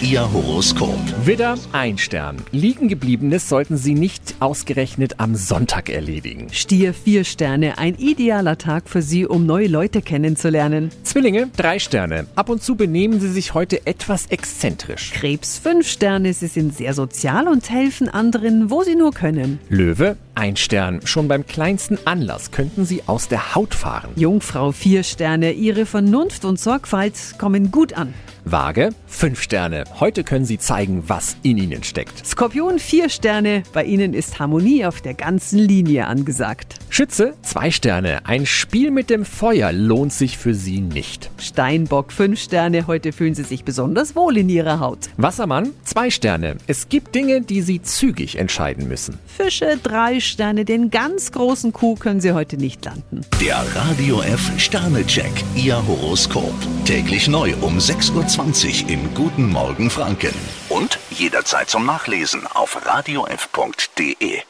Ihr Horoskop. Widder, ein Stern. Liegen gebliebenes sollten Sie nicht ausgerechnet am Sonntag erledigen. Stier vier Sterne, ein idealer Tag für Sie, um neue Leute kennenzulernen. Zwillinge, drei Sterne. Ab und zu benehmen Sie sich heute etwas exzentrisch. Krebs fünf Sterne, Sie sind sehr sozial und helfen anderen, wo Sie nur können. Löwe, ein Stern. Schon beim kleinsten Anlass könnten Sie aus der Haut fahren. Jungfrau vier Sterne, Ihre Vernunft und Sorgfalt kommen gut an. Waage, fünf Sterne. Heute können Sie zeigen, was in Ihnen steckt. Skorpion vier Sterne, bei Ihnen ist Harmonie auf der ganzen Linie angesagt. Schütze, zwei Sterne. Ein Spiel mit dem Feuer lohnt sich für Sie nicht. Steinbock fünf Sterne, heute fühlen Sie sich besonders wohl in Ihrer Haut. Wassermann, zwei Sterne. Es gibt Dinge, die Sie zügig entscheiden müssen. Fische drei Sterne, den ganz großen Kuh können Sie heute nicht landen. Der Radio F Sternecheck. Ihr Horoskop. Täglich neu um 6.20 Uhr im Guten Morgen Franken. Und jederzeit zum Nachlesen auf radiof.de.